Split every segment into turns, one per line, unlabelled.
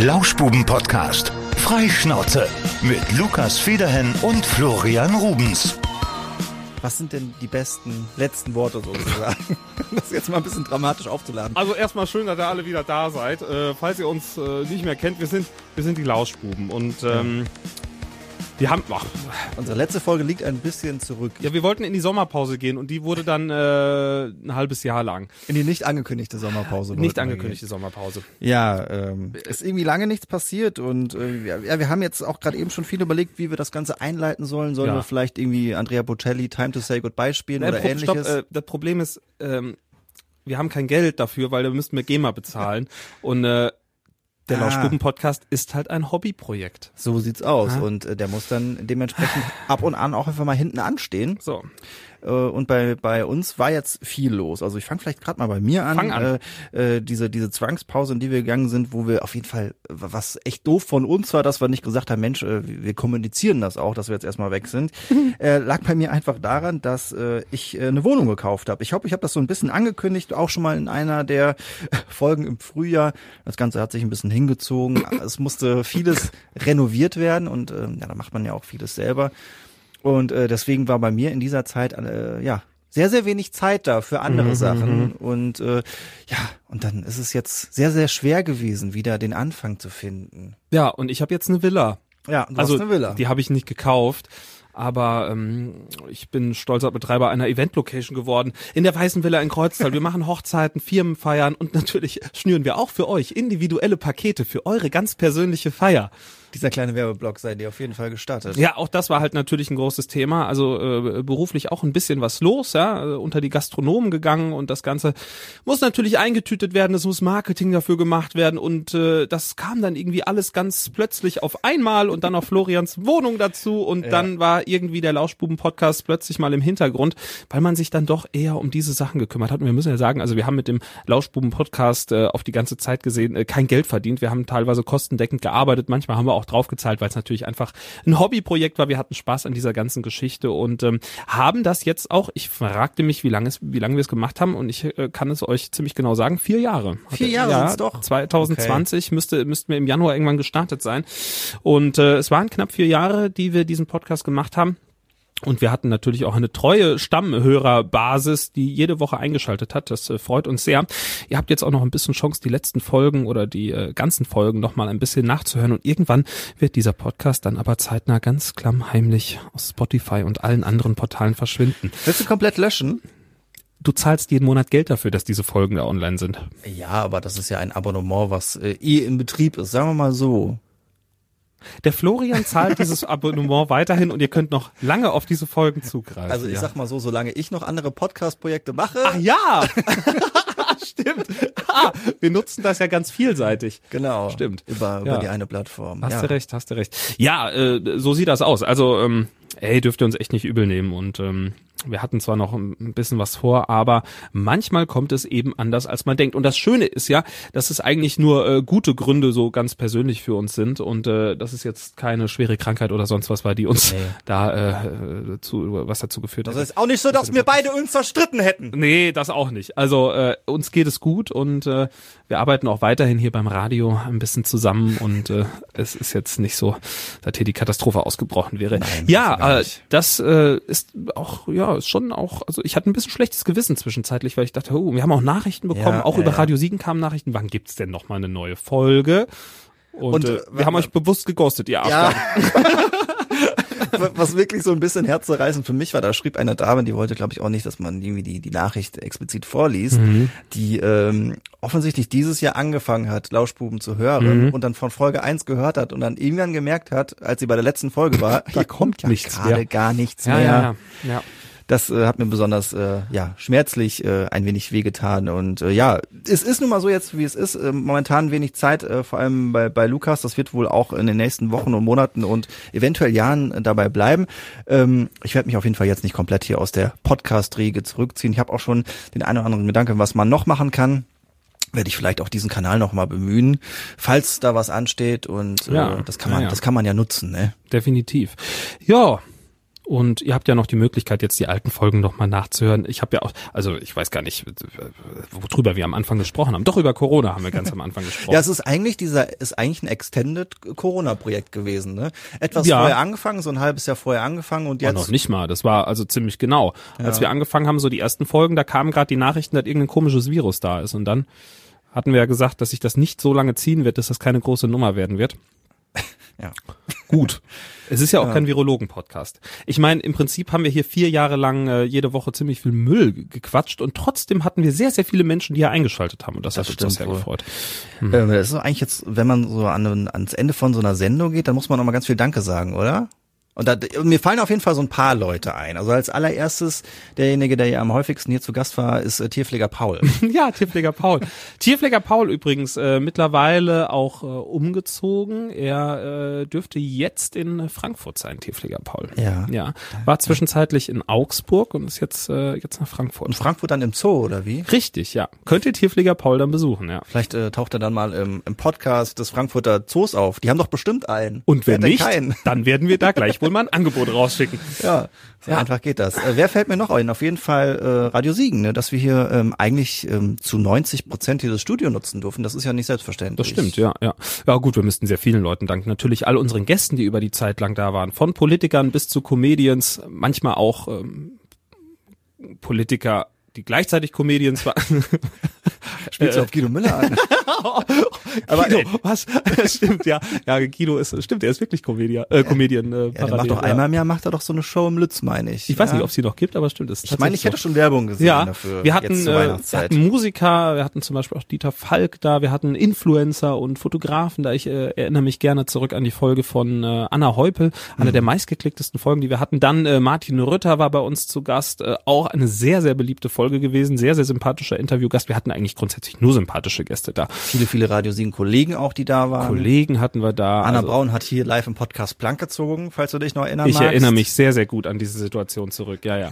Lauschbuben-Podcast. Freischnauze mit Lukas Federhen und Florian Rubens.
Was sind denn die besten letzten Worte sozusagen? Um das jetzt mal ein bisschen dramatisch aufzuladen.
Also erstmal schön, dass ihr alle wieder da seid. Äh, falls ihr uns äh, nicht mehr kennt, wir sind, wir sind die Lauschbuben und ähm, wir haben, ach,
Unsere letzte Folge liegt ein bisschen zurück.
ja, wir wollten in die Sommerpause gehen und die wurde dann äh, ein halbes Jahr lang
In die nicht angekündigte Sommerpause. wollten
nicht
wir
angekündigte Sommerpause.
gehen. Ja, ähm, ist irgendwie lange nichts passiert und äh, ja, ja, wir haben jetzt auch gerade eben schon viel überlegt, wie wir das Ganze einleiten sollen. Sollen
Ja.
wir vielleicht irgendwie Andrea Bocelli Time to Say Goodbye spielen
Nein,
oder
Pro-
ähnliches?
Stopp, äh, das Problem ist, ähm, wir haben kein Geld dafür, weil da müssten wir GEMA bezahlen und äh, der
Ah.
Lauschbuben-Podcast ist halt ein Hobbyprojekt.
so sieht's aus
Ah.
und äh, der muss dann dementsprechend ab und an auch einfach mal hinten anstehen.
So,
Äh, und bei, bei uns war jetzt viel los. Also ich fange vielleicht gerade mal bei mir an.
Fang an.
Äh, äh, diese, diese Zwangspause, in die wir gegangen sind, wo wir auf jeden Fall, w- was echt doof von uns war, dass wir nicht gesagt haben, Mensch, äh, wir kommunizieren das auch, dass wir jetzt erstmal weg sind, äh, lag bei mir einfach daran, dass äh, ich äh, eine Wohnung gekauft habe. Ich hoffe, ich habe das so ein bisschen angekündigt, auch schon mal in einer der Folgen im Frühjahr. Das Ganze hat sich ein bisschen hingezogen. Es musste vieles renoviert werden und äh, ja, da macht man ja auch vieles selber. Und äh, deswegen war bei mir in dieser Zeit äh, ja sehr, sehr wenig Zeit da für andere Sachen. Und äh, ja, und dann ist es jetzt sehr, sehr schwer gewesen, wieder den Anfang zu finden.
ja, und ich habe jetzt eine Villa.
Ja, und du
also
hast eine Villa.
die habe ich nicht gekauft, aber ähm, ich bin stolzer Betreiber einer Event-Location geworden in der Weißen Villa in Kreuztal. Wir machen Hochzeiten, Firmenfeiern und natürlich schnüren wir auch für euch individuelle Pakete für eure ganz persönliche Feier.
Dieser kleine Werbeblock sei dir auf jeden Fall gestattet.
Ja, auch das war halt natürlich ein großes Thema. Also äh, beruflich auch ein bisschen was los, ja, äh, unter die Gastronomen gegangen und das Ganze muss natürlich eingetütet werden, es muss Marketing dafür gemacht werden und äh, das kam dann irgendwie alles ganz plötzlich auf einmal und dann auf Florians Wohnung dazu und dann war irgendwie der Lauschbuben-Podcast plötzlich mal im Hintergrund, weil man sich dann doch eher um diese Sachen gekümmert hat. Und wir müssen ja sagen, also wir haben mit dem Lauschbuben-Podcast äh, auf die ganze Zeit gesehen äh, kein Geld verdient. Wir haben teilweise kostendeckend gearbeitet, manchmal haben wir auch draufgezahlt, weil es natürlich einfach ein Hobbyprojekt war. Wir hatten Spaß an dieser ganzen Geschichte und ähm, haben das jetzt auch, ich fragte mich, wie lange es, wie lange wir es gemacht haben und ich äh, kann es euch ziemlich genau sagen, vier Jahre.
Vier Jahre
ja,
sind's doch.
2020 müsste, müssten wir im Januar irgendwann gestartet sein. Und äh, es waren knapp vier Jahre, die wir diesen Podcast gemacht haben. Und wir hatten natürlich auch eine treue Stammhörerbasis, die jede Woche eingeschaltet hat. Das äh, freut uns sehr. Ihr habt jetzt auch noch ein bisschen Chance, die letzten Folgen oder die äh, ganzen Folgen noch mal ein bisschen nachzuhören. Und irgendwann wird dieser Podcast dann aber zeitnah ganz klammheimlich aus Spotify und allen anderen Portalen verschwinden.
Willst du komplett löschen?
Du zahlst jeden Monat Geld dafür, dass diese Folgen da online sind.
Ja, aber das ist ja ein Abonnement, was äh, eh in Betrieb ist, sagen wir mal so.
Der Florian zahlt dieses Abonnement weiterhin und ihr könnt noch lange auf diese Folgen zugreifen.
Also ich
ja.
sag mal so, solange ich noch andere Podcast-Projekte mache,
Ach ja! Stimmt. Ah, wir nutzen das ja ganz vielseitig.
genau,
Stimmt.
über, über
Ja.
die eine Plattform.
Hast
ja.
du recht, hast du recht. Ja, äh, so sieht das aus. Also, ähm, ey, dürft ihr uns echt nicht übel nehmen. Und ähm, wir hatten zwar noch ein bisschen was vor, aber manchmal kommt es eben anders, als man denkt. Und das Schöne ist ja, dass es eigentlich nur äh, gute Gründe so ganz persönlich für uns sind und äh, dass es jetzt keine schwere Krankheit oder sonst was war, die uns da äh, äh, zu, was dazu geführt hat.
Das Also ist auch nicht so, dass wir beide uns zerstritten hätten.
Nee, das auch nicht. Also äh, uns geht es gut und äh, wir arbeiten auch weiterhin hier beim Radio ein bisschen zusammen und äh, es ist jetzt nicht so, dass hier die Katastrophe ausgebrochen wäre. ja, äh, das äh, ist auch, ja, ist schon auch, also ich hatte ein bisschen schlechtes Gewissen zwischenzeitlich, weil ich dachte, oh, wir haben auch Nachrichten bekommen,
Ja,
auch
ja,
über
ja.
Radio Siegen kamen Nachrichten, wann gibt's denn noch mal eine neue Folge? Und,
Und,
äh,
äh,
wir haben
wenn-
euch bewusst geghostet, ihr
Ja.
Arschloch.
Was wirklich so ein bisschen herzzerreißend für mich war, da schrieb eine Dame, die wollte, glaube ich, auch nicht, dass man irgendwie die, die Nachricht explizit vorliest,
Mhm.
die ähm, offensichtlich dieses Jahr angefangen hat, Lauschbuben zu hören
Mhm.
und dann von Folge 1 gehört hat und dann irgendwann gemerkt hat, als sie bei der letzten Folge war, hier
kommt
ja
nichts
gerade
mehr.
gar nichts
Ja,
mehr.
ja, ja. ja.
Das äh, hat mir besonders äh, ja schmerzlich äh, ein wenig wehgetan und äh, ja, es ist nun mal so jetzt, wie es ist. Äh, momentan wenig Zeit, äh, vor allem bei, bei Lukas. Das wird wohl auch in den nächsten Wochen und Monaten und eventuell Jahren äh, dabei bleiben. Ähm, ich werde mich auf jeden Fall jetzt nicht komplett hier aus der Podcast-Riege zurückziehen. Ich habe auch schon den einen oder anderen Gedanken, was man noch machen kann. Werde ich vielleicht auch diesen Kanal nochmal bemühen, falls da was ansteht und äh,
Ja,
das kann man,
ja, ja.
das kann man ja nutzen, ne?
Definitiv. Ja. Und ihr habt ja noch die Möglichkeit, jetzt die alten Folgen nochmal nachzuhören. Ich habe ja auch, also ich weiß gar nicht, worüber wir am Anfang gesprochen haben. Doch über Corona haben wir ganz am Anfang gesprochen.
Ja, es ist eigentlich dieser, ist eigentlich ein Extended Corona-Projekt gewesen, ne? Etwas
Ja.
vorher angefangen, so ein halbes Jahr vorher angefangen und
Ja,
jetzt.
noch nicht mal. Das war also ziemlich genau. Als wir angefangen haben, so die ersten Folgen, da kamen gerade die Nachrichten, dass irgendein komisches Virus da ist. Und dann hatten wir ja gesagt, dass sich das nicht so lange ziehen wird, dass das keine große Nummer werden wird.
Ja.
Gut. Es ist ja auch kein Virologen-Podcast. Ich meine, im Prinzip haben wir hier vier Jahre lang äh, jede Woche ziemlich viel Müll ge- gequatscht und trotzdem hatten wir sehr, sehr viele Menschen, die hier eingeschaltet haben. Und das,
Das
hat uns
stimmt
sehr
wohl.
gefreut.
Äh, Das ist doch eigentlich jetzt, wenn man so an, den- ans Ende von so einer Sendung geht, dann muss man noch mal ganz viel Danke sagen, oder? Und da, mir fallen auf jeden Fall so ein paar Leute ein. Also als allererstes, derjenige, der ja am häufigsten hier zu Gast war, ist äh, Tierpfleger Paul.
Ja, Tierpfleger Paul. Tierpfleger Paul übrigens äh, mittlerweile auch äh, umgezogen. Er äh, dürfte jetzt in Frankfurt sein, Tierpfleger Paul.
Ja.
Ja. War zwischenzeitlich in Augsburg und ist jetzt äh, jetzt nach
Und
Frankfurt.
Frankfurt dann im Zoo, oder wie?
Richtig, ja. Könnt ihr Tierpfleger Paul dann besuchen, ja.
Vielleicht äh, taucht er dann mal im, im Podcast des Frankfurter Zoos auf. Die haben doch bestimmt einen.
Und
Wer hat
wenn
denn
nicht,
Keinen?
dann werden wir da gleich wohl mal ein Angebot rausschicken.
Ja, so einfach geht das. Äh, wer fällt mir noch ein? Auf jeden Fall äh, Radio Siegen, ne? dass wir hier ähm, eigentlich ähm, zu 90 Prozent dieses Studio nutzen dürfen. Das ist ja nicht selbstverständlich.
Das stimmt, ja, ja. Ja, gut, wir müssten sehr vielen Leuten danken. Natürlich all unseren Gästen, die über die Zeit lang da waren. Von Politikern bis zu Comedians, manchmal auch ähm, Politiker, die gleichzeitig Comedians waren.
Spielst
Äh,
du auf Guido Müller an?
Aber
Oh, Guido,
was? stimmt, ja. Ja, Guido ist, stimmt, er ist wirklich Comedian. Äh, Comedian äh,
Ja, der macht doch
ja.
einmal im Jahr macht er doch so eine Show im Lütz, meine ich.
Ich weiß
ja.
nicht, ob es die noch gibt, aber stimmt. es Ist
ich meine, ich hätte schon Werbung gesehen
ja,
dafür.
wir hatten,
jetzt zur
äh, wir
Weihnachtszeit.
hatten Musiker, wir hatten zum Beispiel auch Dieter Falk da, wir hatten Influencer und Fotografen da. Ich äh, erinnere mich gerne zurück an die Folge von äh, Anna Heupel,
Mhm.
eine der meistgeklicktesten Folgen, die wir hatten. Dann äh, Martin Rütter war bei uns zu Gast, äh, auch eine sehr, sehr beliebte Folge gewesen, sehr, sehr sympathischer Interviewgast. Wir hatten eigentlich grundsätzlich nur sympathische Gäste da.
viele, viele Radio Siegen Kollegen auch, die da waren.
Kollegen hatten wir da.
Anna
also-
Braun hat hier live im Podcast Plank gezogen, falls du dich noch erinnern
Ich
magst.
erinnere mich sehr, sehr gut an diese Situation zurück. Ja, ja.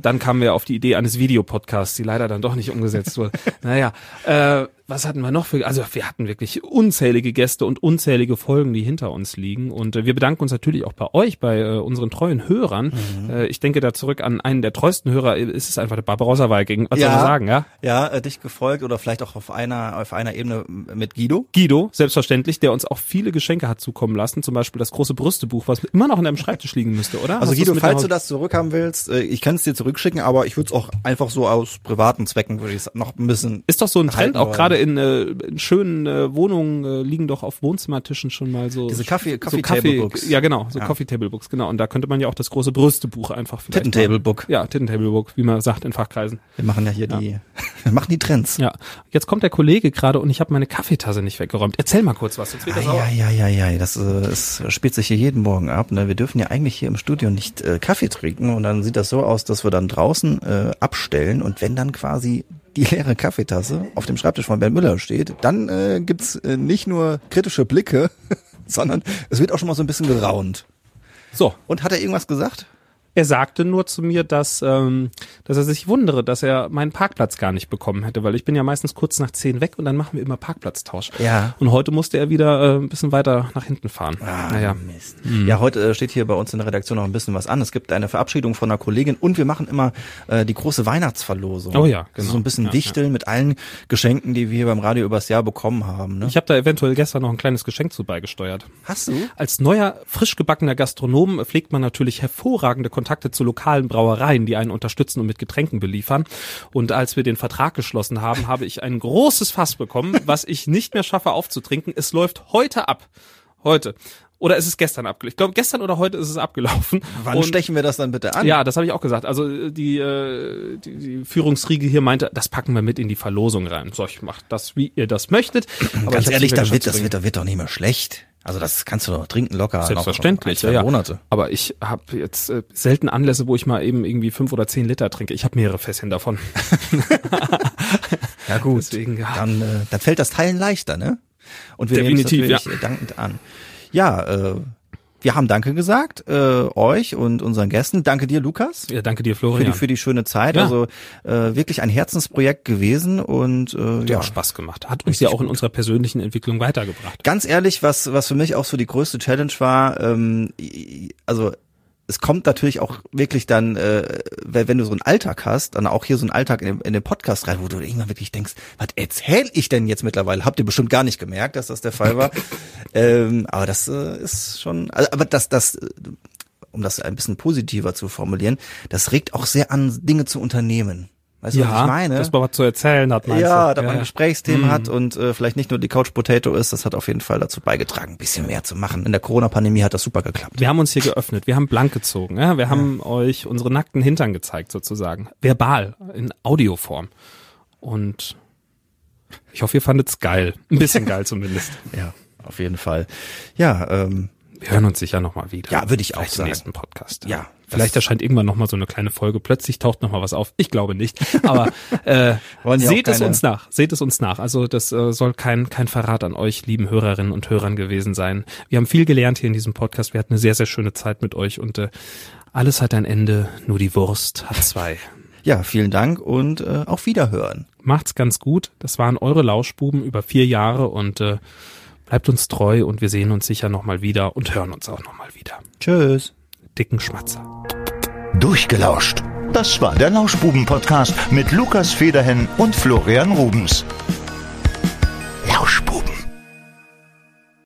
Dann kamen wir auf die Idee eines Videopodcasts, die leider dann doch nicht umgesetzt wurde. Naja, äh, was hatten wir noch für? Also wir hatten wirklich unzählige Gäste und unzählige Folgen, die hinter uns liegen. Und äh, wir bedanken uns natürlich auch bei euch, bei äh, unseren treuen Hörern.
Mhm.
Äh, ich denke da zurück an einen der treuesten Hörer. Äh, Es ist einfach der Barbarossa Viking. Was
Ja.
soll man sagen, ja?
Ja, äh, dich gefolgt oder vielleicht auch auf einer, auf einer Ebene mit Guido.
Guido, selbstverständlich, der uns auch viele Geschenke hat zukommen lassen. Zum Beispiel das große Brüstebuch, was immer noch in deinem Schreibtisch liegen müsste, oder?
Also
Hast du's
Guido,
mit nach
falls
Hause-
du das zurückhaben willst, äh, ich kann es dir zurückschicken, aber ich würde es auch einfach so aus privaten Zwecken würde ich es noch ein bisschen.
Ist doch so ein Trend,
Halten
auch
wollen.
gerade in, äh, in schönen äh, Wohnungen äh, liegen doch auf Wohnzimmertischen schon mal so
Diese Kaffee-
so
Coffee Table
Kaffee
Books.
ja genau, so
Ja.
Coffee Table Books, genau und da könnte man ja auch das große Brüstebuch einfach vielleicht
Tittentable Book.
machen. Ja, Tittentable Book, wie man sagt in Fachkreisen.
Wir machen ja hier die, wir machen die Trends.
Ja, jetzt kommt der Kollege gerade und ich habe meine Kaffeetasse nicht weggeräumt. Erzähl mal kurz was, sonst wird das auch.
Ah, Ja, ja, ja, ja, das, äh, es spielt sich hier jeden Morgen ab. Ne? Wir dürfen ja eigentlich hier im Studio nicht äh, Kaffee trinken und dann sieht das so aus, dass wir dann draußen äh, abstellen und wenn dann quasi die leere Kaffeetasse auf dem Schreibtisch von Bernd Müller steht, dann äh, gibt's äh, nicht nur kritische Blicke, sondern es wird auch schon mal so ein bisschen geraunt.
So,
Und hat er irgendwas gesagt?
er sagte nur zu mir, dass ähm, dass er sich wundere, dass er meinen Parkplatz gar nicht bekommen hätte, weil ich bin ja meistens kurz nach zehn weg und dann machen wir immer Parkplatztausch.
Ja.
Und heute musste er wieder äh, ein bisschen weiter nach hinten fahren. naja.
Ah, Mist. Ja, heute äh, steht hier bei uns in der Redaktion noch ein bisschen was an. Es gibt eine Verabschiedung von einer Kollegin und wir machen immer äh, die große Weihnachtsverlosung.
Oh ja,
genau.
genau.
So ein bisschen
Ja,
Wichteln mit allen Geschenken, die wir hier beim Radio übers Jahr bekommen haben. Ne?
Ich habe da eventuell gestern noch ein kleines Geschenk zu beigesteuert.
Hast du?
Als neuer, frisch gebackener Gastronom pflegt man natürlich hervorragende Kontakte zu lokalen Brauereien, die einen unterstützen und mit Getränken beliefern. Und als wir den Vertrag geschlossen haben, habe ich ein großes Fass bekommen, was ich nicht mehr schaffe aufzutrinken. Es läuft heute ab. Heute. Oder ist es gestern abgelaufen? Ich glaube, gestern oder heute ist es abgelaufen.
Wann
Und-
stechen wir das dann bitte an?
ja, das habe ich auch gesagt. Also äh, die, äh, die, die Führungsriege hier meinte, das packen wir mit in die Verlosung rein. So, ich mach das, wie ihr das möchtet. Aber ich
Ganz
hab's
ehrlich,
nicht mehr
das wird,
geschafft zu
das, wird, das wird doch nicht mehr schlecht. Also das kannst du doch trinken locker. noch
Selbstverständlich,
ein, zwei
ja, ja.
Monate.
Aber ich habe jetzt äh, selten Anlässe, wo ich mal eben irgendwie fünf oder zehn Liter trinke. Ich habe mehrere Fässchen davon.
Ja gut,
Deswegen, ja.
dann, äh, dann fällt das Teilen leichter, ne? Und wir
Definitiv,
nehmen es natürlich dankend an. Ja, äh, wir haben Danke gesagt, äh, euch und unseren Gästen. Danke dir, Lukas.
Ja, danke dir,
Für
Florian.
die, für die schöne Zeit.
Ja.
Also äh, wirklich ein Herzensprojekt gewesen und äh,
ja,
ja.
auch Spaß gemacht. Hat uns ja auch in unserer persönlichen Entwicklung weitergebracht.
Ganz ehrlich, was, was für mich auch so die größte Challenge war, ähm, also es kommt natürlich auch wirklich dann, äh, wenn wenn du so einen Alltag hast, dann auch hier so einen Alltag in, dem- in den Podcast rein, wo du irgendwann wirklich denkst, was erzähl ich denn jetzt mittlerweile? Habt ihr bestimmt gar nicht gemerkt, dass das der Fall war. ähm, aber das äh, ist schon, also, aber das, das, äh, um das ein bisschen positiver zu formulieren, das regt auch sehr an, Dinge zu unternehmen. Weißt du, was ich meine?
dass man was zu erzählen hat, meinst
ja,
du?
dass man Gesprächsthemen hat und äh, vielleicht nicht nur die Couch Potato ist, das hat auf jeden Fall dazu beigetragen, ein bisschen mehr zu machen. In der Corona-Pandemie hat das super geklappt.
Wir haben uns hier geöffnet, wir haben blank gezogen, ja? wir haben euch unsere nackten Hintern gezeigt sozusagen, verbal, in Audioform. Und ich hoffe, ihr fandet's geil, ein bisschen geil zumindest.
Ja, auf jeden Fall. Ja, ähm,
Wir hören uns sicher nochmal wieder.
Ja, würde ich auch
Vielleicht
sagen.
Im nächsten Podcast.
Ja,
Vielleicht
das-
erscheint irgendwann nochmal so eine kleine Folge. Plötzlich taucht nochmal was auf. Ich glaube nicht. Aber äh,
Wollen ja auch
seht es
keine-
uns nach. Seht es uns nach. Also das äh, soll kein, kein Verrat an euch, lieben Hörerinnen und Hörern gewesen sein. Wir haben viel gelernt hier in diesem Podcast. Wir hatten eine sehr, sehr schöne Zeit mit euch. Und äh, alles hat ein Ende. Nur die Wurst hat zwei.
ja, vielen Dank und äh, auf Wiederhören.
Macht's ganz gut. Das waren eure Lauschbuben über vier Jahre. Und äh, bleibt uns treu. Und wir sehen uns sicher nochmal wieder und hören uns auch nochmal wieder.
Tschüss.
Dicken Schmatzer.
Durchgelauscht. Das war der Lauschbuben-Podcast mit Lukas Federhen und Florian Rubens.